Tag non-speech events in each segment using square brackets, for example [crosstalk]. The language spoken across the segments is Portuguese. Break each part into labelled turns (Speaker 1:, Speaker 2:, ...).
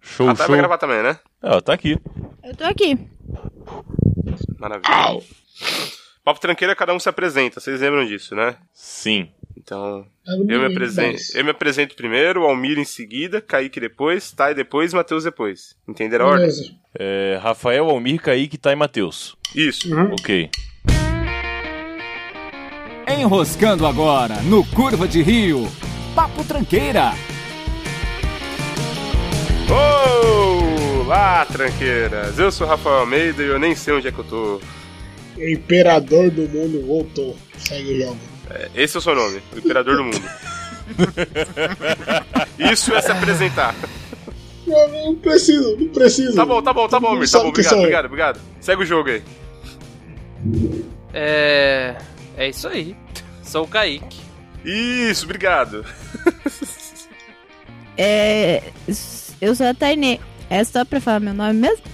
Speaker 1: Show,
Speaker 2: Ah, tá,
Speaker 1: show.
Speaker 2: vai gravar também, né?
Speaker 1: Ah, tá aqui.
Speaker 3: Eu tô aqui.
Speaker 2: Maravilha. Papo Tranqueira, cada um se apresenta, vocês lembram disso, né?
Speaker 1: Sim.
Speaker 2: Então,
Speaker 4: Eu
Speaker 2: eu
Speaker 4: não
Speaker 2: me,
Speaker 4: lembro
Speaker 2: apresento,
Speaker 4: dessa.
Speaker 2: eu me apresento primeiro, Almir em seguida, Kaique depois, Thay depois, Matheus depois. Entenderam a ordem?
Speaker 4: Beleza.
Speaker 1: É, Rafael, Almir, Kaique, Thay e Matheus.
Speaker 2: Isso.
Speaker 4: Uhum.
Speaker 1: Ok.
Speaker 5: Enroscando agora no Curva de Rio. Papo Tranqueira.
Speaker 2: Olá, tranqueiras! Eu sou o Rafael Almeida e eu nem sei onde é que eu tô.
Speaker 4: O É imperador do mundo voltou. Segue o jogo.
Speaker 2: É, Esse é o seu nome, o Imperador do
Speaker 4: [laughs]
Speaker 2: Mundo. Isso é se apresentar.
Speaker 4: Não, não preciso, não preciso.
Speaker 2: Tá bom, tá bom, tá bom, Almir. Tá bom,
Speaker 4: Sabe que
Speaker 2: obrigado,
Speaker 4: sou eu.
Speaker 2: obrigado, obrigado. Segue o jogo aí.
Speaker 6: É. É isso aí. [laughs] Sou o Kaique.
Speaker 2: Isso, obrigado.
Speaker 3: É. s- Eu sou a Tainê. É só pra falar meu nome mesmo?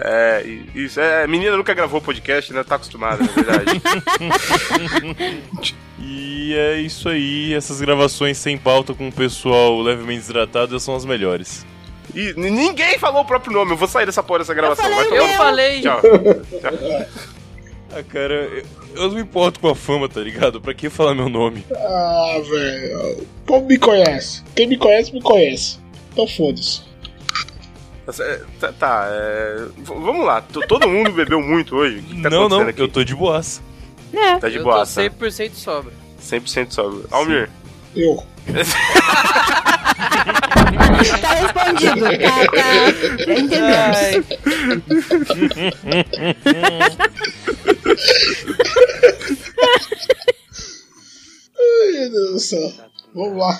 Speaker 2: É, e- isso. É, menina nunca gravou podcast, né? Tá acostumada, na verdade.
Speaker 1: E é isso aí. Essas gravações sem pauta com o pessoal levemente desidratado são as melhores.
Speaker 2: E n- ninguém falou o próprio nome. Eu vou sair dessa porra dessa gravação. Vai
Speaker 3: falei o
Speaker 2: tomar-
Speaker 6: Eu
Speaker 3: Meu.
Speaker 6: falei.
Speaker 2: Tchau.
Speaker 1: Ah, cara, eu, eu não me importo com a fama, tá ligado? Pra que falar meu nome?
Speaker 4: Ah, velho. O povo me conhece. Quem me conhece, me conhece. Então foda-se.
Speaker 2: É, Tá, tá, é, v- vamos lá. T- Todo mundo bebeu muito hoje. O que que tá
Speaker 1: não, não,
Speaker 2: acontecendo aqui?
Speaker 1: eu tô de boaça.
Speaker 2: [laughs]
Speaker 3: É.
Speaker 2: Tá de
Speaker 6: eu
Speaker 2: boa.
Speaker 6: tô 100% sobra.
Speaker 2: 100% sóbrio. Almir.
Speaker 4: Eu.
Speaker 3: Tá respondido. Tá, tá. Entendemos.
Speaker 6: Ai,
Speaker 4: Ai, meu Deus do céu. Vamos lá.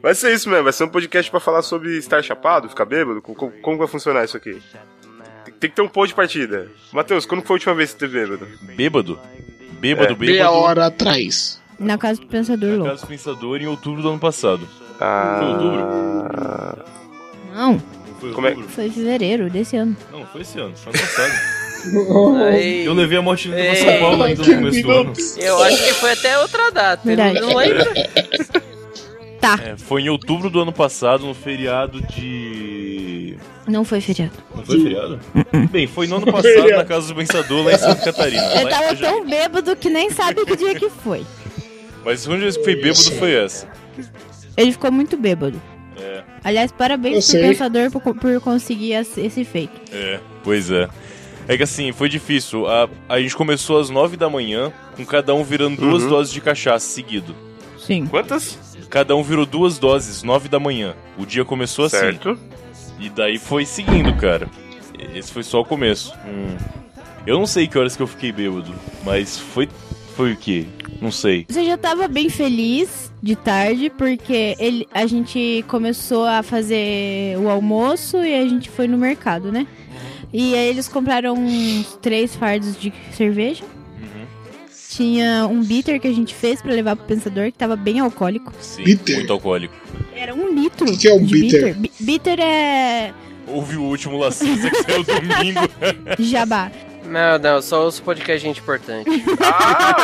Speaker 2: Vai ser isso mesmo, vai ser um podcast pra falar sobre estar chapado, ficar bêbado. Co- co- Como, que vai funcionar isso aqui? Tem, tem que ter um pôr de partida. Matheus, quando foi a última vez que você teve bêbado?
Speaker 1: Bêbado. Bêbado,
Speaker 2: É.
Speaker 4: Meia
Speaker 1: bêbado.
Speaker 4: hora atrás.
Speaker 3: Na casa do pensador louco.
Speaker 1: Caso Pensador em outubro do ano passado. Foi
Speaker 2: Ah,
Speaker 1: outubro?
Speaker 3: Não,
Speaker 1: Não foi
Speaker 2: Como é-
Speaker 1: outubro?
Speaker 3: foi em fevereiro desse ano.
Speaker 1: Não, foi esse ano, foi ano
Speaker 2: [laughs]
Speaker 1: passado.
Speaker 6: ai.
Speaker 1: Eu levei a mochila pra
Speaker 2: É.
Speaker 6: Ei.
Speaker 1: São Paulo ainda no
Speaker 4: Que
Speaker 1: começo do ano.
Speaker 4: minutos.
Speaker 6: Eu acho que foi até outra data. Eu
Speaker 3: Verdade.
Speaker 6: não lembro.
Speaker 3: Tá,
Speaker 1: É, foi em outubro do ano passado, no feriado de.
Speaker 3: não foi feriado.
Speaker 1: Não foi
Speaker 2: [laughs]
Speaker 1: feriado? Bem, foi no ano passado na casa do pensador lá em Santa Catarina.
Speaker 3: Eu
Speaker 1: lá em
Speaker 3: tava
Speaker 1: Itajaí.
Speaker 3: tão bêbado que nem sabe que dia que foi.
Speaker 1: Mas a única vez que fui bêbado foi essa.
Speaker 3: Ele ficou muito bêbado.
Speaker 1: É.
Speaker 3: Aliás,
Speaker 4: Eu
Speaker 3: parabéns pro
Speaker 4: sei.
Speaker 3: pensador por, por conseguir as- esse feito.
Speaker 1: É, pois é. É que assim, foi difícil. A, a gente começou às 9 da manhã, com cada um virando duas
Speaker 2: Uhum.
Speaker 1: doses de cachaça seguido.
Speaker 3: Sim.
Speaker 2: quantas?
Speaker 1: Cada um virou duas doses, 9 da manhã. O dia começou assim.
Speaker 2: Certo.
Speaker 1: E daí foi seguindo, cara. Esse foi só o começo. Hum. Eu não sei que horas que eu fiquei bêbado, mas foi. Foi o quê? Não sei.
Speaker 3: Você já tava bem feliz de tarde, porque ele, a gente começou a fazer o almoço e a gente foi no mercado, né? E aí eles compraram uns três fardos de cerveja. Tinha um bitter que a gente fez pra levar pro pensador, que tava bem alcoólico.
Speaker 1: Sim,
Speaker 4: Bitter.
Speaker 1: muito alcoólico.
Speaker 3: Era um litro.
Speaker 4: O que é um
Speaker 3: de
Speaker 4: bitter?
Speaker 3: Bi- bitter é
Speaker 1: Houve o último Lacisa que saiu domingo.
Speaker 2: [laughs]
Speaker 3: jabá.
Speaker 6: Não, não, só ouço podcast de gente importante.
Speaker 2: Ah,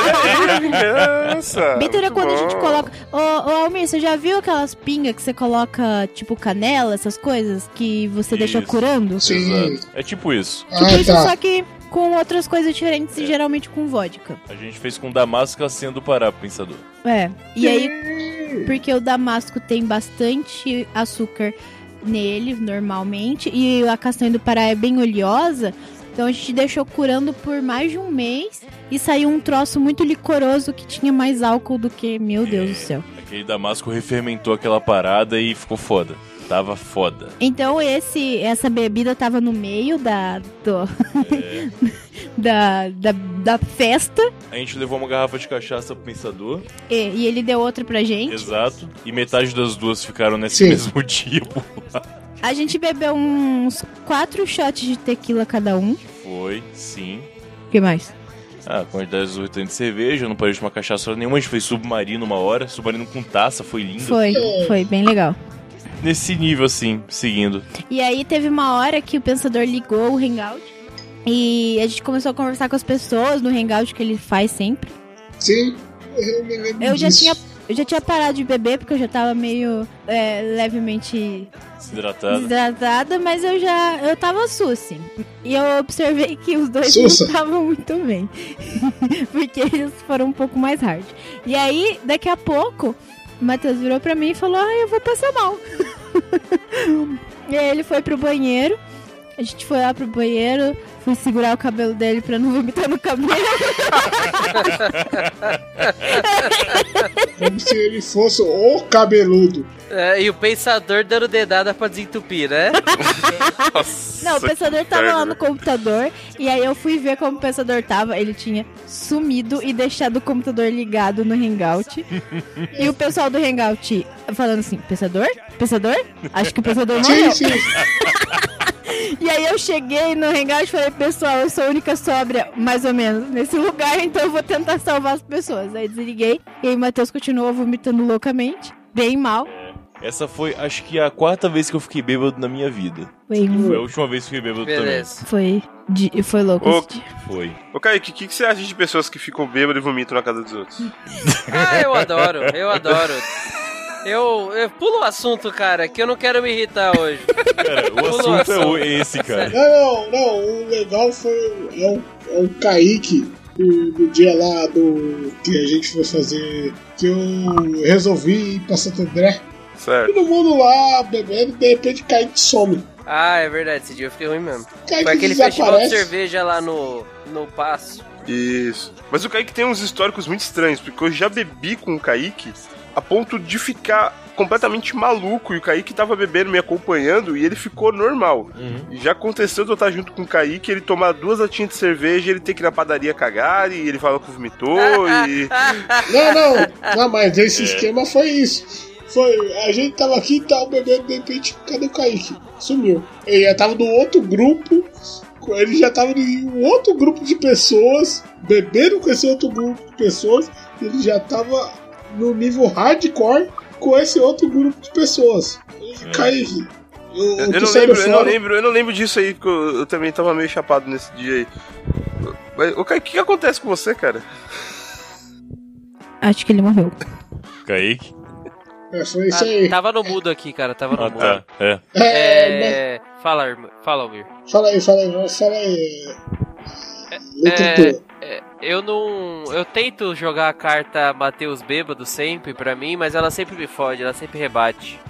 Speaker 2: olha aí, vingança.
Speaker 3: Bitter é
Speaker 2: Ah, Muito
Speaker 3: quando a gente
Speaker 2: bom.
Speaker 3: coloca. Ô, ô Almir, você já viu aquelas pingas que você coloca, tipo, canela, essas coisas que você deixa
Speaker 1: Isso.
Speaker 3: curando?
Speaker 4: [laughs] Sim.
Speaker 1: Exato. É tipo isso.
Speaker 3: Tipo
Speaker 4: Ah,
Speaker 3: isso,
Speaker 4: tá.
Speaker 3: só que com outras coisas diferentes e geralmente com vodka.
Speaker 1: A gente fez com Damasco sendo do Pará, pensador.
Speaker 3: É. E aí, porque o damasco tem bastante açúcar nele, normalmente, e a castanha do Pará é bem oleosa. Então a gente deixou curando por mais de um mês e saiu um troço muito licoroso que tinha mais álcool do que. Meu Deus do céu.
Speaker 1: Aquele Damasco refermentou aquela parada e ficou foda. Tava foda.
Speaker 3: Então esse, essa bebida tava no meio da, do-
Speaker 4: É.
Speaker 3: [laughs] da, da, da festa
Speaker 1: A gente levou uma garrafa de cachaça pro pensador.
Speaker 3: e, e ele deu outra pra gente.
Speaker 1: Exato. E metade das duas ficaram nesse
Speaker 4: Sim.
Speaker 1: mesmo [laughs] tipo. dia. pô.
Speaker 3: A gente bebeu uns quatro shots de tequila cada um.
Speaker 1: Foi, sim.
Speaker 3: O que mais?
Speaker 1: Ah, quantidade exorbitante de cerveja, não parei de tomar cachaça nenhuma, a gente fez submarino uma hora, submarino com taça, foi lindo.
Speaker 3: Foi, foi bem legal.
Speaker 1: Nesse nível assim, seguindo.
Speaker 3: E aí teve uma hora que o pensador ligou o hangout e a gente começou a conversar com as pessoas no hangout que ele faz sempre.
Speaker 4: Sim, eu me lembro
Speaker 3: Eu já
Speaker 4: disso.
Speaker 3: tinha Eu já tinha parado de beber porque eu já tava meio é, levemente
Speaker 1: Desidratado.
Speaker 3: desidratada, mas eu já. Eu tava sussa. E eu observei que os dois
Speaker 4: Sussa.
Speaker 3: não estavam muito bem. [laughs] porque eles foram um pouco mais hard. E aí, daqui a pouco, o Matheus virou pra mim e falou: Ah, eu vou passar mal. [laughs] e aí ele foi pro banheiro. A gente foi lá pro banheiro, fui segurar o cabelo dele pra não vomitar no cabelo.
Speaker 4: Como se ele fosse o cabeludo.
Speaker 6: É, e o pensador dando dedada pra desentupir, né?
Speaker 2: Nossa,
Speaker 3: Não, o pensador
Speaker 2: que
Speaker 3: tava lá
Speaker 2: merda.
Speaker 3: no computador e aí eu fui ver como o pensador tava. Ele tinha sumido e deixado o computador ligado no Hangout. e o pessoal do Hangout falando assim: pensador? Pensador? Acho que o pensador
Speaker 4: Sim,
Speaker 3: morreu.
Speaker 4: sim.
Speaker 3: E aí eu cheguei no Hangout e falei: pessoal, eu sou a única sóbria, mais ou menos, nesse lugar, então eu vou tentar salvar as pessoas. Aí desliguei e aí o Matheus continuou vomitando loucamente, bem mal.
Speaker 1: Essa foi, acho que, a quarta vez que eu fiquei bêbado na minha vida.
Speaker 3: Foi,
Speaker 1: Foi a última vez que eu fiquei bêbado
Speaker 6: Beleza.
Speaker 3: foi, de- foi louco.
Speaker 2: Ô,
Speaker 3: esse dia.
Speaker 1: também. Foi.
Speaker 2: Ô, Kaique, o que, que você acha de pessoas que ficam bêbadas e vomitam na casa dos outros?
Speaker 6: Ah, eu adoro, eu adoro. Eu, eu pulo o assunto, cara, que eu não quero me irritar hoje.
Speaker 1: Cara, o
Speaker 6: Nossa.
Speaker 1: assunto é o- é esse, cara.
Speaker 4: Não, não, não. O legal foi é o, é o Kaique do, do dia lá do que a gente foi fazer. Que eu resolvi ir pra Santo André.
Speaker 2: Certo.
Speaker 4: Todo mundo lá bebendo, de repente Kaique some.
Speaker 6: Ah, é verdade, esse dia eu fiquei ruim mesmo.
Speaker 4: Kaique
Speaker 6: Foi aquele festival de
Speaker 4: desaparece.
Speaker 6: cerveja lá no, no Passo.
Speaker 2: Isso. Mas o Kaique tem uns históricos muito estranhos, porque eu já bebi com o Kaique a ponto de ficar completamente maluco e o Kaique tava bebendo, me acompanhando e ele ficou normal. E Já aconteceu de eu estar junto com o Kaique, ele tomar duas latinhas de cerveja, ele ter que ir na padaria cagar e ele fala que vomitou
Speaker 3: [laughs]
Speaker 2: e. [laughs]
Speaker 4: Não, não, não, mas
Speaker 2: É.
Speaker 4: esse esquema foi isso. Foi, a gente tava aqui e tal, bebendo, de repente, cadê o Kaique? Sumiu. Ele já tava no outro grupo, ele já tava em um outro grupo de pessoas, bebendo com esse outro grupo de pessoas, ele já tava no nível hardcore com esse outro grupo de pessoas. E, Kaique, eu,
Speaker 2: É. Eu,
Speaker 4: tu
Speaker 2: eu não
Speaker 4: saiu
Speaker 2: lembro, eu
Speaker 4: fora.
Speaker 2: não lembro, eu não lembro disso aí, porque eu, eu também tava meio chapado nesse dia aí. Mas, ô Kaique, o que acontece com você, cara?
Speaker 3: Acho que ele morreu.
Speaker 1: Kaique?
Speaker 4: É, foi isso aí.
Speaker 6: Ah, tava no mudo aqui, cara, tava no
Speaker 1: Ah,
Speaker 6: mudo.
Speaker 1: tá. É.
Speaker 4: É,
Speaker 6: É, fala, irmã, fala, Almir.
Speaker 4: mas- Fala aí, fala aí, fala aí.
Speaker 2: É,
Speaker 4: Letra tua.
Speaker 6: Eu não. Eu tento jogar a carta Mateus Bêbado sempre pra mim, mas ela sempre me fode, ela sempre [laughs] rebate.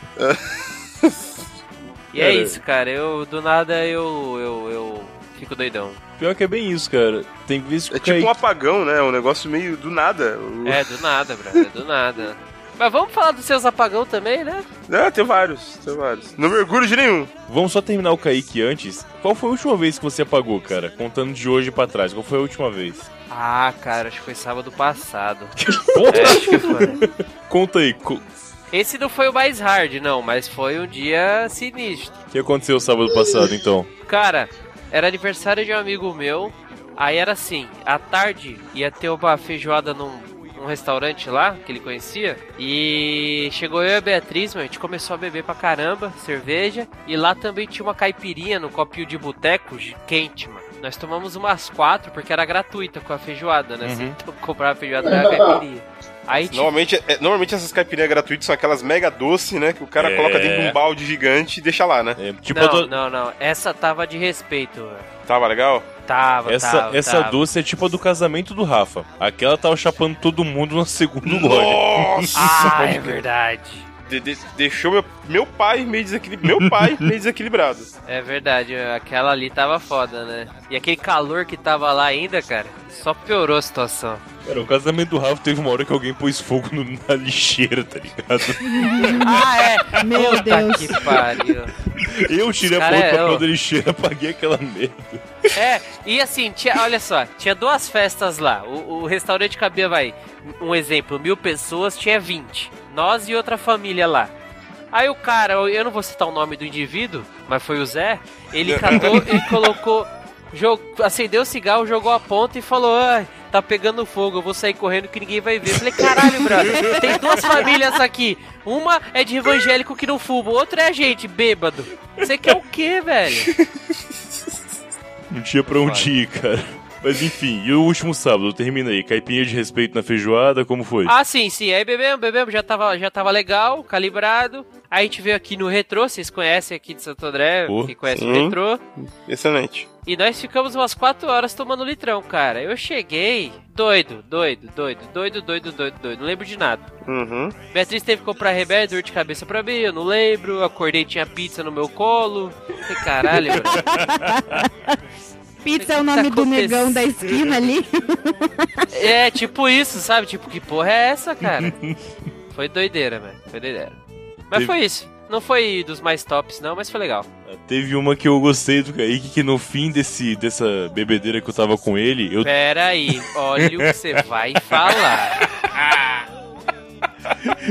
Speaker 6: e é
Speaker 1: Cara.
Speaker 6: isso, cara. Eu do nada eu. eu, eu fico doidão.
Speaker 1: Pior que é bem isso, cara. Tem vezes que
Speaker 2: É
Speaker 1: o
Speaker 2: tipo
Speaker 1: Kaique...
Speaker 2: um apagão, né? Um negócio meio do nada. O-
Speaker 6: É, do nada, brother, do nada. Mas vamos falar dos seus apagão também, né?
Speaker 2: Ah, tem vários, tem vários. Não mergulho de nenhum.
Speaker 1: Vamos só terminar o Kaique antes. Qual foi a última vez que você apagou, cara? Contando de hoje pra trás, qual foi a última
Speaker 2: [laughs]
Speaker 1: vez?
Speaker 6: Ah, cara, acho que foi sábado passado. É,
Speaker 1: Conta,
Speaker 6: acho que foi.
Speaker 1: conta aí, co- o
Speaker 6: Esse não foi o mais hard, não, mas foi um dia sinistro.
Speaker 1: que aconteceu sábado passado, então?
Speaker 6: Cara, era aniversário de um amigo meu. Aí era assim, à tarde ia ter uma feijoada num, num restaurante lá que ele conhecia. E chegou eu e a Beatriz, meu, a gente começou a beber pra caramba, cerveja. E lá também tinha uma caipirinha no copinho de boteco gi- quente, mano. Nós tomamos umas quatro porque era gratuita com a feijoada, né?
Speaker 1: Uhum.
Speaker 6: Você Você comprava a feijoada era a caipirinha. Aí tinha
Speaker 2: Normalmente, é- normalmente essas caipirinhas gratuitas são aquelas mega doce, né? Que o cara
Speaker 1: É.
Speaker 2: coloca dentro de um balde gigante e deixa lá, né?
Speaker 1: É, tipo,
Speaker 6: não,
Speaker 1: a do-
Speaker 6: não, não. Essa tava de respeito. velho.
Speaker 2: Tava legal?
Speaker 6: Tava,
Speaker 1: essa,
Speaker 6: tava.
Speaker 1: essa
Speaker 6: tava.
Speaker 1: doce é tipo a do casamento do Rafa. Aquela tava chapando todo mundo no segundo gole.
Speaker 2: Nossa!
Speaker 6: Ah,
Speaker 2: pode
Speaker 6: é
Speaker 2: crer.
Speaker 6: verdade.
Speaker 2: De- de- deixou meu, meu pai meio desequilibrado. Meu pai meio desequilibrado.
Speaker 6: É verdade, aquela ali tava foda, né? E aquele calor que tava lá ainda, cara, só piorou a situação.
Speaker 1: Cara, o casamento do Rafa teve uma hora que alguém pôs fogo no- na lixeira, tá ligado?
Speaker 6: Ah, é!
Speaker 3: Meu
Speaker 6: Puta
Speaker 3: Deus.
Speaker 6: que pariu.
Speaker 1: Eu tirei a
Speaker 6: Cara,
Speaker 1: porra do
Speaker 6: é,
Speaker 1: papel
Speaker 6: eu-
Speaker 1: da lixeira, apaguei aquela merda.
Speaker 6: É, e assim, tinha, olha só, tinha duas festas lá. O, o restaurante cabia, vai, um exemplo, mil pessoas, tinha 20. Nós e outra família lá. Aí o cara, eu- eu não vou citar o nome do indivíduo, mas foi o Zé, ele catou e colocou. jo- acendeu o cigarro, jogou a ponta e falou: Ai, tá pegando fogo, eu vou sair correndo que ninguém vai ver. Eu falei, caralho, brother, tem duas famílias aqui. Uma é de evangélico que não fuma, outra é a gente, bêbado. Você quer o quê, velho?
Speaker 1: Não tinha pra onde ir, cara. Mas enfim, e o último sábado, termina aí. Caipinha de respeito na feijoada, como foi?
Speaker 6: Ah, sim, sim. Aí bebemos, bebemos, já tava, já tava legal, calibrado. Aí a gente veio aqui no retrô, vocês conhecem aqui de Santo André,
Speaker 1: Pô,
Speaker 6: que conhece o
Speaker 2: sim.
Speaker 6: retrô.
Speaker 2: Excelente.
Speaker 6: E nós ficamos umas 4 horas tomando litrão, cara. Eu cheguei doido, doido, doido, doido, doido, doido, doido. Não lembro de nada.
Speaker 2: Uhum.
Speaker 6: Beatriz teve que comprar remédio, dor de cabeça pra mim, eu não lembro. Eu Acordei, tinha pizza no meu colo. Falei, caralho,
Speaker 1: [laughs]
Speaker 6: mano.
Speaker 3: Pizza é o nome
Speaker 6: Tá
Speaker 3: do negão da
Speaker 6: acontecendo.
Speaker 3: esquina ali.
Speaker 6: É, tipo isso, sabe? Tipo, que porra é essa,
Speaker 1: [laughs]
Speaker 6: cara? Foi doideira, velho. Foi doideira. Mas
Speaker 1: Teve-
Speaker 6: foi isso. Não foi dos mais tops, não, mas foi legal.
Speaker 1: Teve uma que eu gostei do Kaique, que no fim desse, dessa bebedeira que eu tava com ele, eu
Speaker 6: Pera aí, olha o que você vai
Speaker 1: [laughs]
Speaker 6: falar.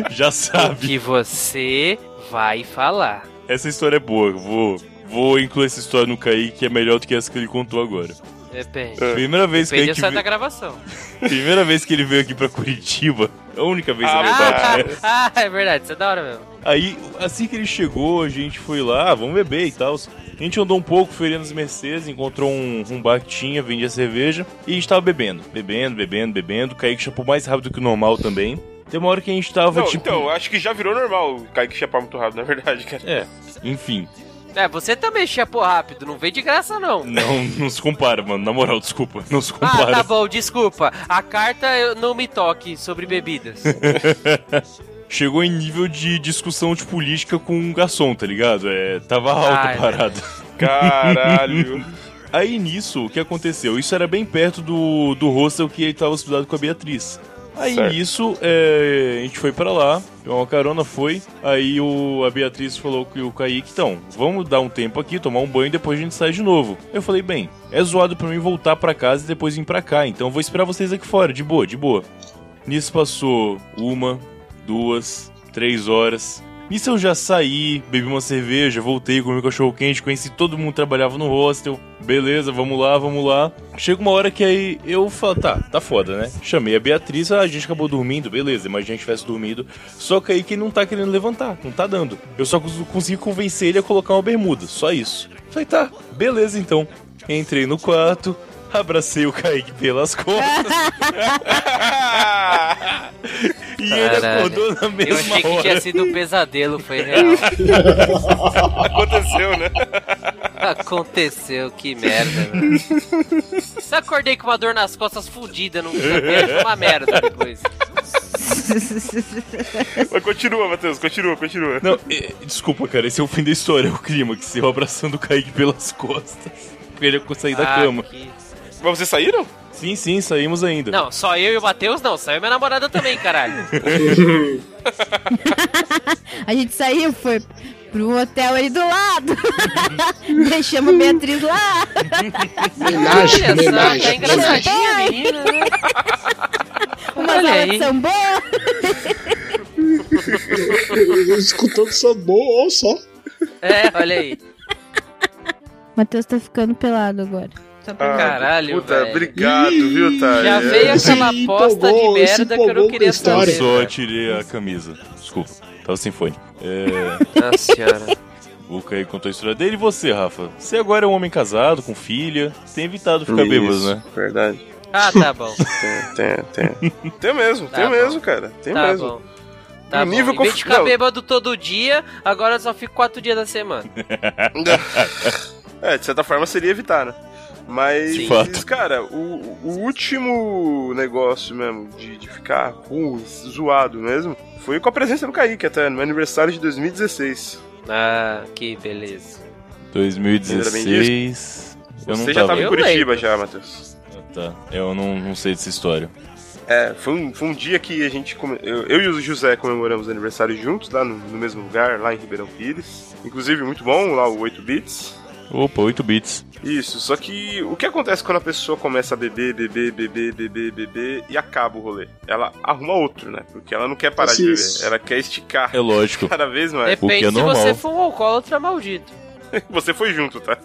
Speaker 1: já
Speaker 6: O
Speaker 1: sabe.
Speaker 6: que você vai falar.
Speaker 1: Essa história é boa, eu vou, vou incluir essa história no Kaique, que é melhor do que essa que ele contou agora.
Speaker 6: Depende.
Speaker 2: É.
Speaker 1: Primeira vez, É, que Kaique
Speaker 6: Depende só da
Speaker 1: veio,
Speaker 6: gravação.
Speaker 1: primeira vez que ele veio aqui pra Curitiba, É a única vez na
Speaker 2: Ah,
Speaker 1: verdade,
Speaker 6: Ah,
Speaker 1: né?
Speaker 6: ah, [laughs] é verdade, isso é da hora mesmo.
Speaker 1: Aí, assim que ele chegou, a gente foi lá, ah, vamos beber e tal. A gente andou um pouco, foi ali nas Mercedes, encontrou um, um bar que tinha, vendia cerveja. E a gente tava bebendo, bebendo, bebendo, bebendo. O Kaique chapou mais rápido que o normal também. Tem uma hora que a gente tava,
Speaker 2: Não,
Speaker 1: tipo...
Speaker 2: então, eu acho que já virou normal o Kaique chapar muito rápido, na verdade, cara.
Speaker 1: É, enfim.
Speaker 6: É, você também chapou rápido, não vem de graça não.
Speaker 1: Não, não se compara, mano. Na moral, desculpa. Não se
Speaker 6: Ah,
Speaker 1: compara.
Speaker 6: tá bom, desculpa. A carta eu não me toque sobre bebidas.
Speaker 1: Chegou em nível de discussão de política com um garçom, tá ligado? É, tava alta
Speaker 6: Ah, é.
Speaker 1: a parada.
Speaker 2: Caralho.
Speaker 1: Aí nisso, o que aconteceu? Isso era bem perto do, do hostel que ele tava hospedado com a Beatriz. Aí
Speaker 2: Certo.
Speaker 1: nisso, é, a gente foi pra lá, pegou uma carona, foi. Aí o, a Beatriz falou que o Kaique, então, vamos dar um tempo aqui, tomar um banho e depois a gente sai de novo. Eu falei, bem, é zoado pra mim voltar pra casa e depois vir pra cá, então eu vou esperar vocês aqui fora, de boa, de boa. Nisso passou uma, duas, três horas. Nisso eu já saí, bebi uma cerveja, voltei, comi um cachorro quente, conheci todo mundo que trabalhava no hostel. Beleza, vamos lá, vamos lá. Chega uma hora que aí eu falo, tá, tá foda, né? Chamei a Beatriz, ah, a gente acabou dormindo, beleza, imagina a gente tivesse dormido. Só que aí que ele não tá querendo levantar, não tá dando. Eu só cons- consegui convencer ele a colocar uma bermuda, só isso. Falei, tá, beleza então. Entrei no quarto, abracei o Kaique pelas costas.
Speaker 2: Ah,
Speaker 1: e ele
Speaker 6: Caralho.
Speaker 1: acordou na
Speaker 6: Eu
Speaker 1: [laughs] mesma
Speaker 6: achei que
Speaker 1: hora.
Speaker 6: tinha sido um pesadelo,
Speaker 1: [laughs]
Speaker 6: foi real.
Speaker 2: Aconteceu, né?
Speaker 6: Aconteceu, que merda, velho. Só acordei com uma dor nas costas fudida,
Speaker 1: [laughs]
Speaker 6: não foi uma merda depois.
Speaker 2: Mas continua, Matheus, continua, continua.
Speaker 1: Não, é, desculpa, cara, esse é o fim da história, é o clímax, eu abraçando o Kaique pelas costas. [laughs] Porque ele ia sair da
Speaker 6: Ah,
Speaker 1: cama.
Speaker 6: que-
Speaker 2: Mas vocês saíram?
Speaker 1: Sim, sim, saímos ainda.
Speaker 6: Não, só eu e o Matheus não, saiu minha namorada também, caralho.
Speaker 3: A gente saiu, foi pro hotel ali do lado. [laughs] Deixamos a Beatriz lá.
Speaker 4: [laughs] Homenagem,
Speaker 6: Olha só, tá
Speaker 4: homenagem.
Speaker 6: engraçadinha a menina, né?
Speaker 3: Uma
Speaker 6: Olha
Speaker 3: sala
Speaker 6: aí.
Speaker 3: de sambô.
Speaker 4: Escutando sambô ou só.
Speaker 6: É, olha aí.
Speaker 3: Matheus tá ficando pelado agora. Só
Speaker 2: Ah,
Speaker 3: pra-
Speaker 6: Caralho,
Speaker 2: Puta,
Speaker 6: velho.
Speaker 2: obrigado, viu, É Thalia?
Speaker 6: Já veio
Speaker 4: Se
Speaker 6: aquela aposta de
Speaker 4: empolgou, se
Speaker 6: merda que eu
Speaker 4: empolgou
Speaker 6: não
Speaker 4: com a
Speaker 6: queria
Speaker 4: história.
Speaker 6: saber.
Speaker 1: Só
Speaker 6: velho.
Speaker 1: tirei a camisa. Desculpa, tava sem fone. É,
Speaker 6: Nossa senhora.
Speaker 1: o Kaique contou a história dele e você, Rafa. Você agora é um homem casado, com filha, tem evitado
Speaker 2: Tá
Speaker 1: ficar bêbado, né?
Speaker 2: Verdade.
Speaker 6: Ah, tá bom.
Speaker 2: Tem, tem, tem. [laughs] Tem mesmo,
Speaker 6: Tá
Speaker 2: tem
Speaker 6: bom.
Speaker 2: mesmo, cara. Tem
Speaker 6: tá
Speaker 2: mesmo.
Speaker 6: bom. Tá
Speaker 2: No nível
Speaker 6: bom. Em vez
Speaker 2: conf-
Speaker 6: de ficar
Speaker 2: Não.
Speaker 6: bêbado todo dia, agora eu só fico quatro dias da semana.
Speaker 2: [laughs] É, de certa forma seria evitar, né? Mas,
Speaker 1: De fato.
Speaker 2: cara, o, o último negócio mesmo de, de ficar ruim, zoado mesmo, foi com a presença do Kaique até, no meu aniversário de 2016.
Speaker 6: Ah, que beleza.
Speaker 1: 2016. Eu não
Speaker 2: Você já
Speaker 1: tava.
Speaker 2: tá tava em
Speaker 6: Eu
Speaker 2: Curitiba
Speaker 6: lembro.
Speaker 2: já, Matheus.
Speaker 1: Tá, eu não, não sei dessa história.
Speaker 2: É, foi um, foi um dia que a gente. come- Eu, eu e o José comemoramos o aniversário juntos, lá no, no mesmo lugar, lá em Ribeirão Pires. Inclusive, muito bom, lá o 8 Bits.
Speaker 1: Opa, 8 bits.
Speaker 2: Isso, só que o que acontece quando a pessoa começa a beber, beber, beber, beber, beber e acaba o rolê? Ela arruma outro, né? Porque ela não quer parar de
Speaker 4: Isso.
Speaker 2: beber, ela quer esticar
Speaker 1: É lógico.
Speaker 2: cada vez mais.
Speaker 1: O que
Speaker 6: Depende
Speaker 1: é
Speaker 6: se
Speaker 1: normal.
Speaker 6: você for um alcoólatra maldito.
Speaker 2: Você foi junto,
Speaker 6: [laughs]
Speaker 2: tá?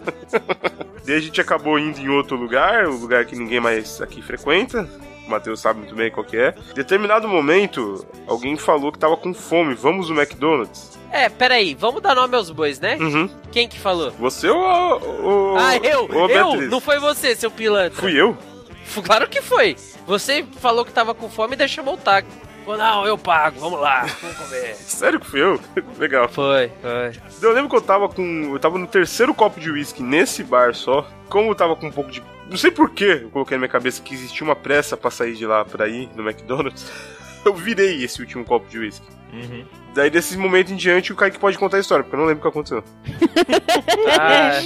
Speaker 2: Daí a gente acabou indo em outro lugar, um lugar que ninguém mais aqui frequenta. O Matheus sabe muito bem qual que é. Em determinado momento, alguém falou que tava com fome. Vamos no McDonald's?
Speaker 6: É, peraí, vamos dar nome aos bois, né?
Speaker 2: Uhum.
Speaker 6: Quem que falou?
Speaker 2: Você ou... ou
Speaker 6: ah, eu!
Speaker 2: ou a
Speaker 6: eu!
Speaker 2: Beatriz?
Speaker 6: Não foi você, seu pilantra.
Speaker 2: Fui eu?
Speaker 6: F- Claro que foi. Você falou que tava com fome e deixou montar. Falou, Não, eu pago, vamos lá,
Speaker 2: [laughs]
Speaker 6: vamos comer.
Speaker 2: Sério que fui eu? Legal.
Speaker 6: Foi, foi.
Speaker 2: Eu lembro que eu tava com. Eu tava no terceiro copo de uísque nesse bar só. Como eu tava com um pouco de. Não sei porquê, eu coloquei na minha cabeça que existia uma pressa pra sair de lá pra ir no McDonald's. [laughs] Eu virei esse último copo de uísque.
Speaker 1: Uhum.
Speaker 2: Daí desse momento em diante o Kaique pode contar a história, porque eu não lembro o que aconteceu.
Speaker 6: Ah,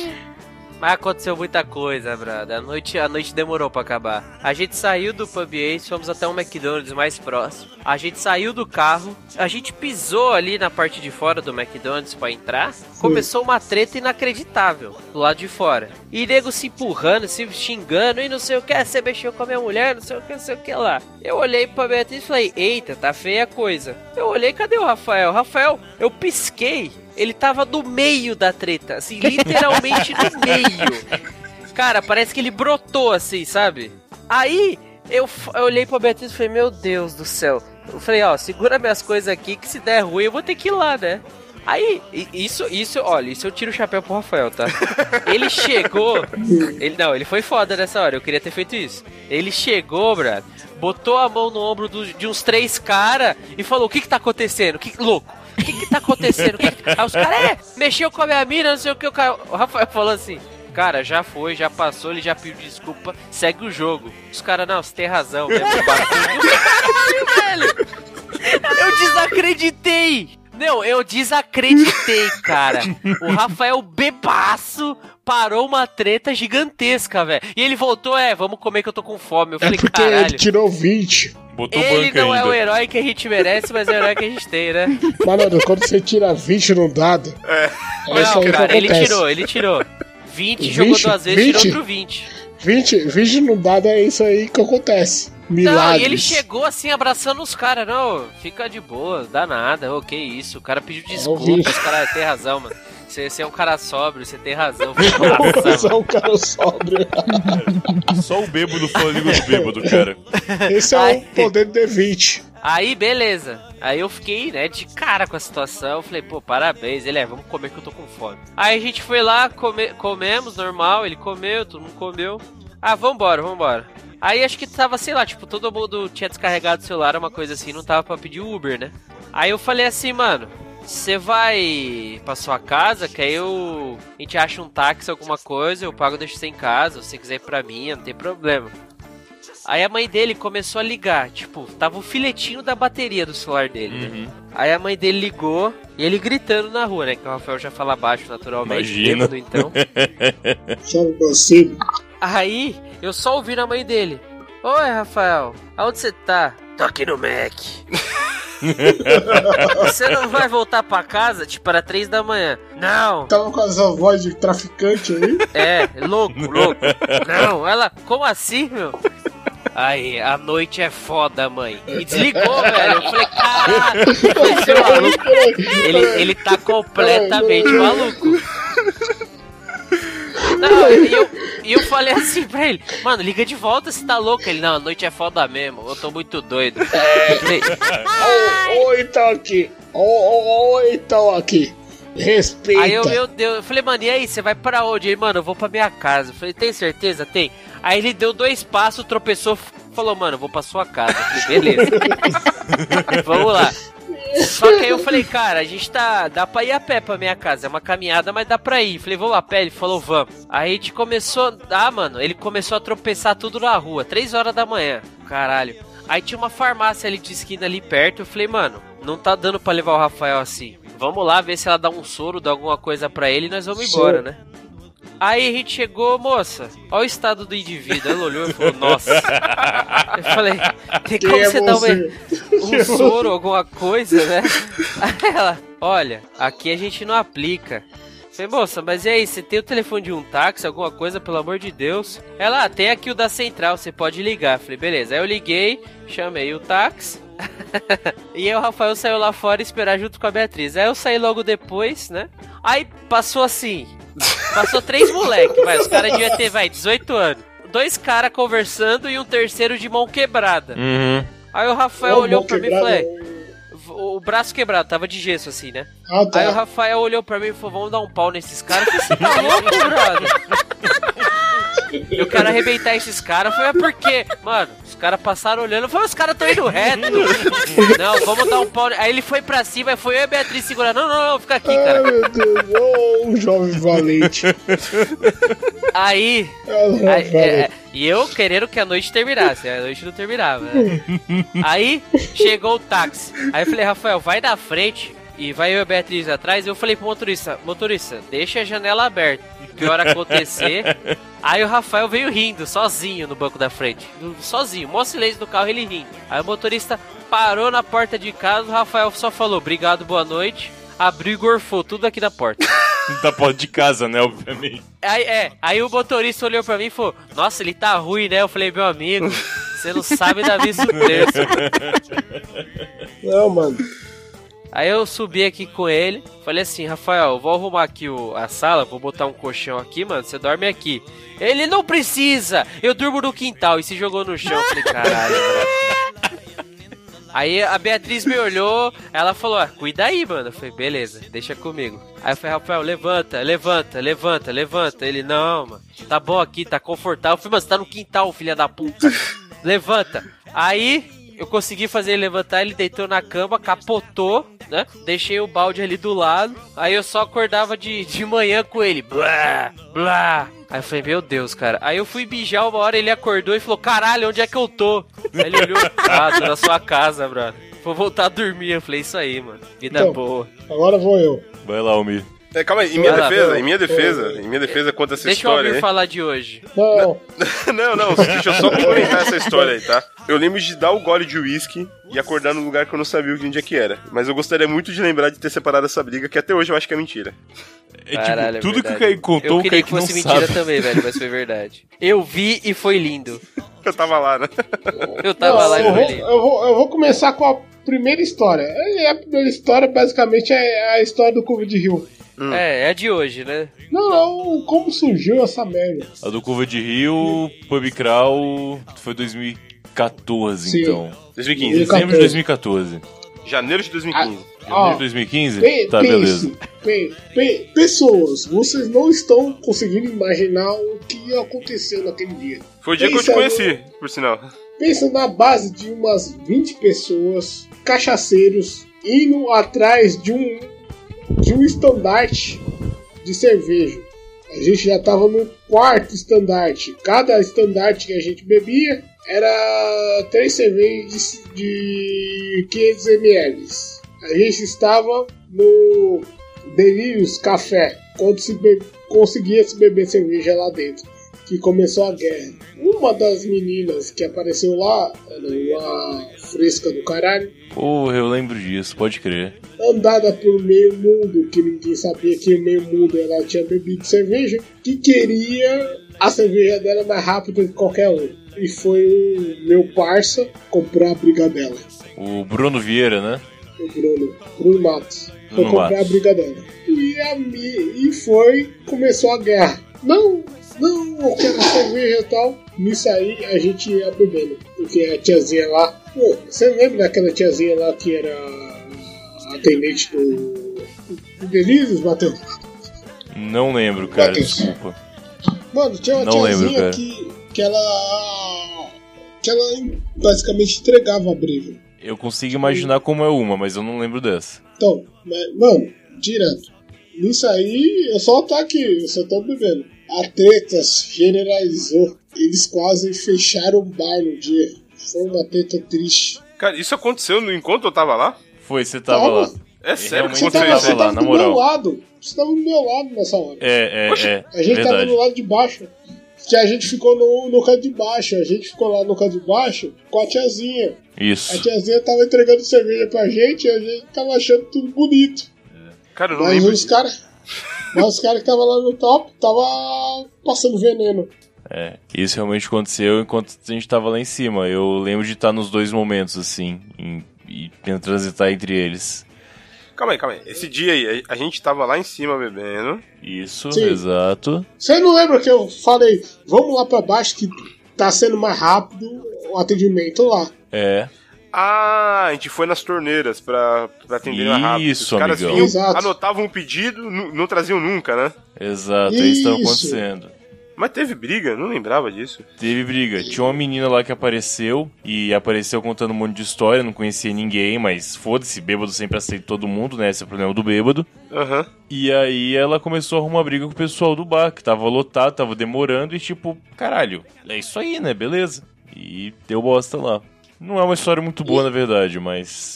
Speaker 6: mas aconteceu muita coisa, brother. A noite, a noite demorou pra acabar. A gente saiu do Pub Ace, fomos até um McDonald's mais próximo. A gente saiu do carro, a gente pisou ali na parte de fora do McDonald's pra entrar. Começou uma treta inacreditável do lado de fora. E nego se empurrando, se xingando e não sei o que. "Ah, Você mexeu com a minha mulher, não sei o que, não sei o que lá. Eu olhei pra Beatriz e falei: Eita, tá feia a coisa. Eu olhei, cadê o Rafael? Rafael, eu pisquei. Ele tava no meio da treta, assim, literalmente no meio. Cara, parece que ele brotou assim, sabe? Aí eu, f- eu olhei pra Beatriz e falei, meu Deus do céu. Eu falei, ó, segura minhas coisas aqui que se der ruim eu vou ter que ir lá, né? Aí, i- isso, isso, olha, isso eu tiro o chapéu pro Rafael, tá? Ele chegou. Ele, não, ele foi foda nessa hora, eu queria ter feito isso. Ele chegou, brother, botou a mão no ombro do- de uns três caras e falou: o que que tá acontecendo? Que louco! O que que tá acontecendo? O que que- Aí os caras, é, mexeu com a minha mina, não sei o que. O, cara, o Rafael falou assim, cara, já foi, já passou, ele já pediu desculpa, segue o jogo. Os caras, não, você tem razão, mesmo, Caralho, velho! Eu desacreditei! Não, eu desacreditei, cara. O Rafael bebaço parou uma treta gigantesca, velho. E ele voltou, é, vamos comer que eu tô com fome. Eu
Speaker 4: É
Speaker 6: falei,
Speaker 4: porque
Speaker 6: caralho.
Speaker 4: ele tirou 20.
Speaker 1: Botou
Speaker 6: Ele
Speaker 1: banca
Speaker 6: não é o
Speaker 1: ainda.
Speaker 6: herói que a gente merece, mas é o herói que a gente
Speaker 4: [laughs]
Speaker 6: tem, né?
Speaker 4: Mano, quando você tira 20 num dado, é isso
Speaker 6: Não,
Speaker 4: aí que
Speaker 6: cara, ele
Speaker 4: acontece.
Speaker 6: tirou, ele tirou. 20, jogou
Speaker 4: 20?
Speaker 6: duas vezes, tirou
Speaker 4: 20?
Speaker 6: outro 20.
Speaker 4: 20, 20 num dado é isso aí que acontece.
Speaker 6: Não,
Speaker 4: Milagres.
Speaker 6: e ele chegou assim, abraçando os caras. Não, fica de boa, dá nada. Ô, que isso, o cara pediu
Speaker 4: vi.
Speaker 6: desculpa. Os caras, tem razão, mano. Você você é um cara sóbrio, você tem
Speaker 4: [laughs]
Speaker 6: razão.
Speaker 4: Esse
Speaker 6: Nossa,
Speaker 4: é um cara sóbrio.
Speaker 1: Só o bêbado falou do bêbado, cara.
Speaker 4: Esse é
Speaker 6: Ai.
Speaker 4: o poder do D20.
Speaker 6: Aí, beleza. Aí eu fiquei, né, de cara com a situação. Eu falei, pô, parabéns. Ele é, vamos comer que eu tô com fome. Aí a gente foi lá, come- comemos, normal. Ele comeu, todo mundo comeu. Ah, vambora, vambora. Aí acho que tava, sei lá, tipo, todo mundo tinha descarregado o celular, uma coisa assim, não tava pra pedir Uber, né? Aí eu falei assim, mano, você vai pra sua casa, que aí eu. A gente acha um táxi, alguma coisa, eu pago, deixo você em casa. Se você quiser ir pra mim, não tem problema. Aí a mãe dele começou a ligar, tipo, tava o filetinho da bateria do celular dele, né?
Speaker 1: Uhum.
Speaker 6: Aí a mãe dele ligou e ele gritando na rua, né? Que o Rafael já fala baixo naturalmente.
Speaker 1: Imagina.
Speaker 6: bêbado, então.
Speaker 4: Sabe você?
Speaker 6: Aí eu só ouvi na mãe dele. Oi, Rafael, aonde você tá? Tô aqui no Mac. [laughs] você não vai voltar pra casa, tipo, era três da manhã. Não,
Speaker 4: Tava com essa voz de traficante [laughs] aí.
Speaker 6: é, louco, louco. Não, ela, como assim, meu? Aí, a noite é foda, mãe. E desligou, velho. Eu falei, caralho, [laughs]
Speaker 4: é
Speaker 6: esse
Speaker 4: um
Speaker 6: maluco, ele, ele tá completamente maluco. Não, e eu, e eu falei assim pra ele, mano, liga de volta, você tá louco? Ele, não, a noite é foda mesmo, eu tô muito doido. Eu falei,
Speaker 4: Ô, ô, então aqui. Ô, ô, ô, então aqui. Respeita.
Speaker 6: Aí eu, meu Deus, eu falei, mano, e aí, você vai pra onde? Ele, mano, eu vou pra minha casa. Eu falei, tem certeza? Tem. Aí ele deu dois passos, tropeçou, f- falou, mano, eu vou pra sua casa. Eu falei, beleza. Vamos lá. Só que aí eu falei, cara, a gente tá. Dá pra ir a pé pra minha casa. É uma caminhada, mas dá pra ir. Falei, vamos a pé. Ele falou, vamos. Aí a gente começou. Ah, mano, ele começou a tropeçar tudo na rua. Três horas da manhã. Caralho. Aí tinha uma farmácia ali de esquina ali perto. Eu falei, mano, não tá dando pra levar o Rafael assim. Vamos lá ver se ela dá um soro, dá alguma coisa pra ele e nós vamos embora, né? Aí a gente chegou, moça, olha o estado do indivíduo. Ela olhou e falou,
Speaker 4: [laughs]
Speaker 6: nossa. Eu falei, tem
Speaker 4: Quem
Speaker 6: como
Speaker 4: é
Speaker 6: você tá dar uma,
Speaker 4: você?
Speaker 6: [laughs] um soro, alguma coisa, né? Aí ela, olha, aqui a gente não aplica. Falei, moça, mas e aí, você tem o telefone de um táxi, alguma coisa, pelo amor de Deus? Ela, ah, tem aqui o da central, você pode ligar. Falei, beleza. Aí eu liguei, chamei o táxi. [laughs] e aí o Rafael saiu lá fora esperar junto com a Beatriz. Aí eu saí logo depois, né? Aí passou assim. Passou três moleques, vai. Os caras deviam ter, vai, 18 anos. Dois caras conversando e um terceiro de mão quebrada.
Speaker 1: Uhum.
Speaker 6: Aí o Rafael
Speaker 4: Ô, né?
Speaker 6: olhou
Speaker 4: mão
Speaker 6: pra mim e
Speaker 4: quebrada,
Speaker 6: falou: "É, o o braço quebrado, tava de gesso assim, né?
Speaker 4: Ah,
Speaker 6: Aí o
Speaker 4: tá. [laughs]
Speaker 6: Rafael olhou pra mim e falou: vamos dar um pau nesses caras. Eu falei, Você tá louco, brother? Eu quero arrebentar esses caras. Foi, mas por quê? Mano, os caras passaram olhando. Foi, os caras estão
Speaker 4: [laughs]
Speaker 6: indo reto. Não, vamos dar um pau. Aí ele foi pra cima, aí foi eu e a Beatriz segurando. Não, não, não, fica aqui,
Speaker 4: Ai,
Speaker 6: cara.
Speaker 4: meu Deus. Ô, um jovem valente.
Speaker 6: Aí.
Speaker 4: É [laughs] um jovem
Speaker 6: aí, é,
Speaker 4: valente.
Speaker 6: e eu querendo que a noite terminasse. A noite não terminava. né? Aí chegou o táxi. Aí eu falei, Rafael, vai na frente. E vai eu e a Beatriz atrás. Eu falei pro motorista: Motorista, deixa a janela aberta. Que hora acontecer. Aí o Rafael veio rindo, sozinho no banco da frente. No- Sozinho, mó silêncio do carro, ele rindo. Aí o motorista parou na porta de casa. O Rafael só falou: Obrigado, boa noite. Abriu e gorfou tudo aqui na porta.
Speaker 1: Da porta de casa, né, obviamente.
Speaker 6: Aí, é, aí o motorista olhou pra mim e falou: Nossa, ele tá ruim, né? Eu falei: Meu amigo, você não sabe da vida terço.
Speaker 4: Não, mano.
Speaker 6: Aí eu subi aqui com ele, falei assim: Rafael, eu vou arrumar aqui o- a sala, vou botar um colchão aqui, mano, você dorme aqui. Ele não precisa, eu durmo no quintal. E se jogou no chão. Eu falei: Caralho, mano. Aí a Beatriz me olhou, ela falou: ah, Cuida aí, mano. Eu falei: Beleza, deixa comigo. Aí eu falei: Rafael, levanta, levanta, levanta, levanta. Ele: Não, mano, tá bom aqui, tá confortável. Eu falei: Mano, você tá no quintal, filha da puta. Levanta. Aí. Eu consegui fazer ele levantar, ele deitou na cama, capotou, né? Deixei o balde ali do lado. Aí eu só acordava de, de manhã com ele. Blá, blá. Aí eu falei, meu Deus, cara. Aí eu fui mijar uma hora, ele acordou e falou, caralho, onde é que eu tô? Aí ele
Speaker 1: [laughs]
Speaker 6: olhou, ah, tô na sua casa, brother. Vou voltar a dormir. Eu falei, isso aí, mano. Vida
Speaker 4: Então,
Speaker 6: boa.
Speaker 4: Agora vou eu.
Speaker 1: Vai lá, Almir.
Speaker 2: É, calma aí, em minha
Speaker 6: Vai lá, É,
Speaker 2: defesa,
Speaker 4: vai lá.
Speaker 2: em minha defesa, em minha defesa conta essa
Speaker 6: Deixa eu
Speaker 2: história
Speaker 6: ouvir
Speaker 2: aí.
Speaker 6: falar de hoje.
Speaker 4: Não,
Speaker 2: [laughs] não, não, deixa eu só complementar essa história aí, tá? Eu lembro de dar o gole de uísque e acordar num lugar que eu não sabia onde é que era. Mas eu gostaria muito de lembrar de ter separado essa briga, que até hoje eu acho que é mentira.
Speaker 1: É
Speaker 6: Caralho, é
Speaker 1: tipo, tudo que o
Speaker 6: verdade.
Speaker 1: Kaique contou,
Speaker 6: Eu
Speaker 1: o
Speaker 6: queria
Speaker 1: Kaique
Speaker 6: que
Speaker 1: não
Speaker 6: fosse mentira
Speaker 1: sabe.
Speaker 6: também, velho, mas foi verdade. Eu vi e foi lindo.
Speaker 2: Eu tava lá, né?
Speaker 6: Eu tava
Speaker 4: não,
Speaker 6: lá e
Speaker 4: eu,
Speaker 6: foi
Speaker 4: vou,
Speaker 6: lindo.
Speaker 4: eu, vou, eu vou começar com a primeira história. E a primeira história, basicamente, é a história do Cubo de Rio.
Speaker 1: Uhum.
Speaker 6: É, é a de hoje, né?
Speaker 4: Não, não, como surgiu essa merda?
Speaker 1: A do Curva de Rio, Pub Crawl, foi 2014,
Speaker 4: Sim.
Speaker 1: então.
Speaker 2: 2015.
Speaker 1: Dezembro de
Speaker 4: 2014.
Speaker 1: 2014.
Speaker 2: Janeiro de
Speaker 4: Ah,
Speaker 2: 2015.
Speaker 1: Janeiro de
Speaker 4: Ó,
Speaker 1: 2015?
Speaker 4: Pe-
Speaker 1: tá,
Speaker 4: pense,
Speaker 1: beleza.
Speaker 4: pe- pe- pessoas, vocês não estão conseguindo imaginar o que aconteceu naquele dia.
Speaker 2: Foi o dia que eu te
Speaker 4: é Isso,
Speaker 2: conheci, por sinal.
Speaker 4: Pensa na base de umas 20 pessoas, cachaceiros, indo atrás de um de um estandarte de cerveja. A gente já tava no quarto estandarte. Cada estandarte que a gente bebia era três cervejas de 500 ml. A gente estava no Delírios Café, quando se be- conseguia se beber cerveja lá dentro, que começou a guerra. Uma das meninas que apareceu lá, era uma fresca do caralho,
Speaker 1: Porra, eu lembro disso, pode crer.
Speaker 4: andada por meio mundo, que ninguém sabia que meio mundo ela tinha bebido cerveja, que queria a cerveja dela mais rápida que qualquer um. E foi o meu parça comprar a briga dela,
Speaker 1: O Bruno Vieira, né?
Speaker 4: o Bruno, Bruno Matos. um Foi
Speaker 1: Bruno
Speaker 4: comprar a
Speaker 1: Matos.
Speaker 4: briga dela. E, a, mi- e foi, começou a guerra. Não, não, eu quero cerveja e tal. Nisso aí a gente ia bebendo. Porque a tiazinha lá. Pô, você lembra daquela tiazinha lá que era atendente do. do Delírios, Matheus?
Speaker 1: Não lembro, cara,
Speaker 4: Matheus.
Speaker 1: desculpa.
Speaker 4: Mano, tinha uma
Speaker 1: Não lembro,
Speaker 4: tiazinha
Speaker 1: cara.
Speaker 4: que, que ela. que ela basicamente entregava a briga.
Speaker 1: Eu consigo imaginar como é uma, mas eu não lembro dessa.
Speaker 4: Então, mas, mano, direto. Nisso aí, eu só tô aqui, eu só tô bebendo. A treta generalizou. Eles quase fecharam o bar no dia. Foi uma treta triste.
Speaker 2: Cara, isso aconteceu no enquanto eu tava lá?
Speaker 1: Foi, você tava
Speaker 4: Tava.
Speaker 1: lá.
Speaker 2: É sério
Speaker 1: realmente
Speaker 2: que
Speaker 4: Você
Speaker 2: aconteceu
Speaker 4: tava,
Speaker 1: tava
Speaker 2: isso
Speaker 4: você
Speaker 2: aí?
Speaker 1: lá,
Speaker 4: tava
Speaker 1: na
Speaker 4: do
Speaker 1: moral.
Speaker 4: meu lado. Você tava do meu lado nessa hora.
Speaker 1: É, é, é.
Speaker 4: A gente tava
Speaker 1: verdade.
Speaker 4: do lado de baixo. Que a gente ficou no, no canto de baixo. A gente ficou lá no canto de baixo com a tiazinha. A
Speaker 1: Isso.
Speaker 4: tiazinha tava entregando cerveja pra gente e a gente tava achando tudo bonito.
Speaker 2: Cara, eu não
Speaker 4: Mas
Speaker 2: lembro.
Speaker 4: os caras. Mas os caras que estavam lá no top tava passando veneno.
Speaker 1: É. Isso realmente aconteceu enquanto a gente tava lá em cima. Eu lembro de estar nos dois momentos, assim, em- e tentando transitar entre eles.
Speaker 2: Calma aí, calma aí. Esse dia aí, a a gente tava lá em cima bebendo.
Speaker 1: Isso,
Speaker 4: Sim.
Speaker 1: exato.
Speaker 4: Você não lembra que eu falei, vamos lá pra baixo que tá sendo mais rápido o atendimento lá.
Speaker 1: É.
Speaker 2: Ah, a gente foi nas torneiras pra, pra atender mais rápido.
Speaker 1: Isso,
Speaker 2: Os caras
Speaker 1: amigão.
Speaker 2: vinham,
Speaker 4: Exato.
Speaker 2: anotavam um pedido, nu- não traziam nunca, né?
Speaker 1: Exato, é isso que tava
Speaker 4: Isso.
Speaker 1: acontecendo.
Speaker 2: Mas teve briga? Não lembrava disso.
Speaker 1: Teve briga. Tinha uma menina lá que apareceu e apareceu contando um monte de história, não conhecia ninguém, mas foda-se, bêbado sempre aceita todo mundo, né? Esse é o problema do bêbado.
Speaker 2: Aham.
Speaker 1: E aí ela começou a arrumar briga com o pessoal do bar, que tava lotado, tava demorando, e tipo, caralho, é isso aí, né? Beleza. E deu bosta lá. Não é uma história muito boa, na verdade,
Speaker 6: [laughs]
Speaker 1: mas.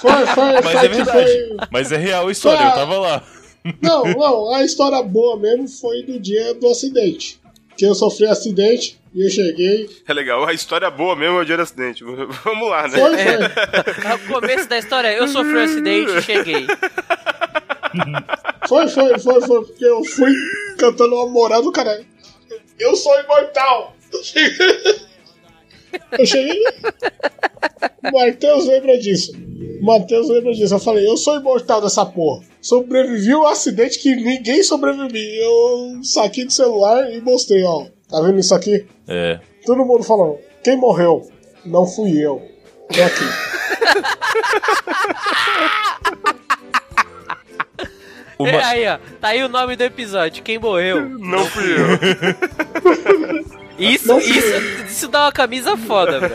Speaker 4: Foi, foi,
Speaker 1: Mas é
Speaker 4: foi que foi.
Speaker 1: verdade. Mas é real a história, eu tava lá.
Speaker 4: Não, não, a história boa mesmo foi do dia do acidente. Que eu sofri um acidente e eu cheguei.
Speaker 2: É legal. A história boa mesmo é o dia do acidente. [laughs] Vamos lá, né?
Speaker 4: Foi, foi.
Speaker 6: O começo da história é, eu sofri um acidente e cheguei.
Speaker 4: Foi, foi, foi, foi. Porque eu fui cantando uma moral do caralho. Eu sou imortal! Eu cheguei. O Matheus lembra disso. O Matheus lembra disso. Eu falei, eu sou imortal dessa porra. Sobrevivi a um acidente que ninguém sobreviveu. Eu saquei do celular e mostrei, ó. Tá vendo isso aqui?
Speaker 1: É.
Speaker 4: Todo mundo falando, quem morreu? Não fui eu. Tô aqui.
Speaker 1: Uma-
Speaker 6: É, Aí, ó, tá aí o nome do episódio, quem morreu.
Speaker 2: Não fui
Speaker 4: [laughs]
Speaker 2: eu.
Speaker 6: Isso, isso, isso dá uma camisa foda, velho.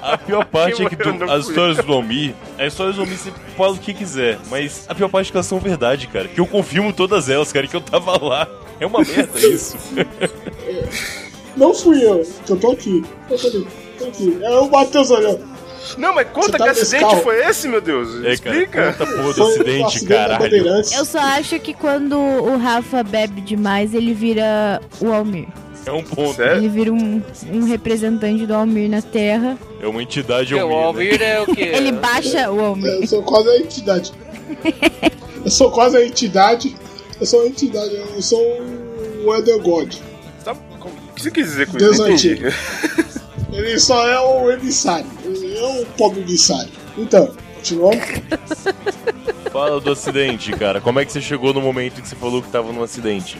Speaker 1: A pior parte é que
Speaker 2: Eu
Speaker 1: do-
Speaker 2: não
Speaker 1: as
Speaker 2: fui.
Speaker 1: histórias do Domi, as histórias do Domi você fala o que quiser, mas a pior parte é que elas são verdade, cara. Que eu confirmo todas elas, cara, que eu tava lá. É uma merda
Speaker 6: [laughs]
Speaker 1: isso.
Speaker 4: Não fui eu, que eu tô aqui. Eu tô aqui. Tô aqui. Aí o Matheus olhou.
Speaker 2: Não, mas
Speaker 4: Você
Speaker 2: conta
Speaker 4: tá
Speaker 2: que
Speaker 4: nesse
Speaker 2: acidente
Speaker 4: carro?
Speaker 2: foi esse, meu Deus.
Speaker 1: É, cara.
Speaker 2: Explica.
Speaker 1: Puta porra do
Speaker 4: Foi um
Speaker 1: acidente,
Speaker 4: acidente na
Speaker 1: caralho.
Speaker 4: Bandeirantes.
Speaker 3: Eu só acho que quando o Rafa bebe demais, ele vira o Almir.
Speaker 1: É um ponto.
Speaker 2: Sério?
Speaker 3: Ele vira um, um representante do Almir na Terra.
Speaker 1: É uma entidade
Speaker 6: Porque o
Speaker 1: humilde.
Speaker 6: Almir é o quê?
Speaker 3: Ele baixa o Almir.
Speaker 4: Eu sou quase a entidade. Eu sou quase a entidade. Eu sou a entidade. Eu sou o Elder God.
Speaker 2: Tá- o que você quis dizer com
Speaker 4: Deus
Speaker 2: isso? Não entendi. [laughs]
Speaker 4: Ele só é o emissário. Ele é o pobre emissário. Então, continuando.
Speaker 1: Fala do acidente, cara. Como é que você chegou no momento que você falou que tava num acidente?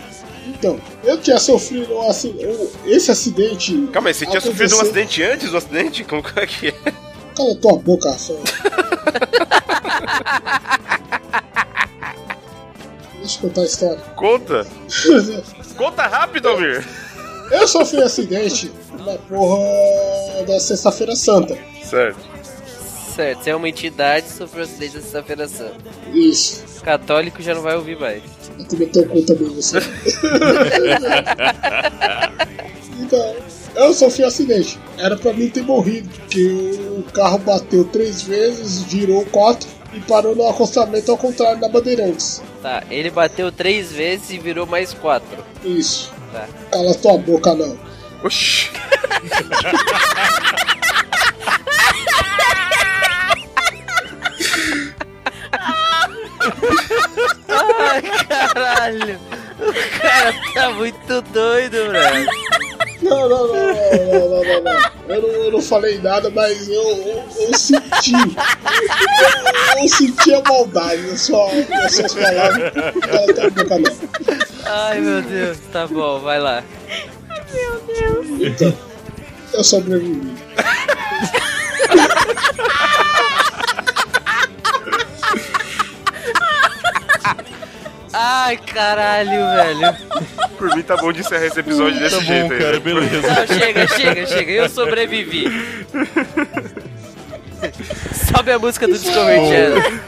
Speaker 4: Então, eu tinha sofrido um acidente, esse acidente.
Speaker 2: Calma aí, você tinha
Speaker 4: aconteceu-
Speaker 2: sofrido um acidente antes do acidente? Como é que é?
Speaker 4: Cala tua boca,
Speaker 2: [laughs]
Speaker 4: Rafael. Deixa eu contar a história. [laughs]
Speaker 2: Conta. Conta rápido, Almir.
Speaker 4: Eu sofri um acidente na porra da Sexta-feira Santa.
Speaker 2: Certo.
Speaker 6: Certo, você é uma entidade sofreu acidente na sexta-feira santa.
Speaker 4: Isso.
Speaker 6: Católico já não vai ouvir mais.
Speaker 4: Eu também tenho cu também você. então, eu sofri um acidente. Era pra mim ter morrido, porque o carro bateu três vezes, virou quatro e parou no acostamento ao contrário da Bandeirantes.
Speaker 6: Tá, ele bateu três vezes e virou mais quatro.
Speaker 4: Isso.
Speaker 6: Tá.
Speaker 4: Cala tua boca, não.
Speaker 2: Oxi.
Speaker 6: [laughs] Ai, caralho. O cara tá muito doido, velho.
Speaker 4: Não, não, não, não, não, não, não. Eu não, eu não falei nada, mas eu, eu, eu senti. Eu, eu senti a maldade nas suas nas suas palavras. Cala tua boca, não.
Speaker 6: Ai, meu Deus. Tá bom, vai lá.
Speaker 4: Eu sobrevivi.
Speaker 6: Ai, caralho, velho.
Speaker 2: Por mim tá bom de encerrar esse episódio desse
Speaker 1: Tá bom,
Speaker 2: jeito aí.
Speaker 1: cara,
Speaker 2: né?
Speaker 1: beleza.
Speaker 6: Não, chega, chega, chega. Eu sobrevivi. Sobe a música do Discovery Channel.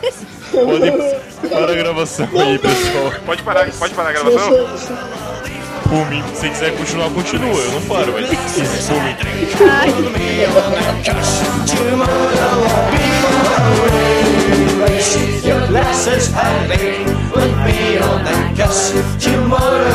Speaker 1: Podem parar a gravação aí, pessoal.
Speaker 2: Pode parar, pode parar a
Speaker 4: Eu
Speaker 2: gravação?
Speaker 4: sou-
Speaker 1: Por mim, se você quiser continuar, continua. Eu não paro, mas por mim.
Speaker 7: Your glasses I think would be on that cuss tomorrow.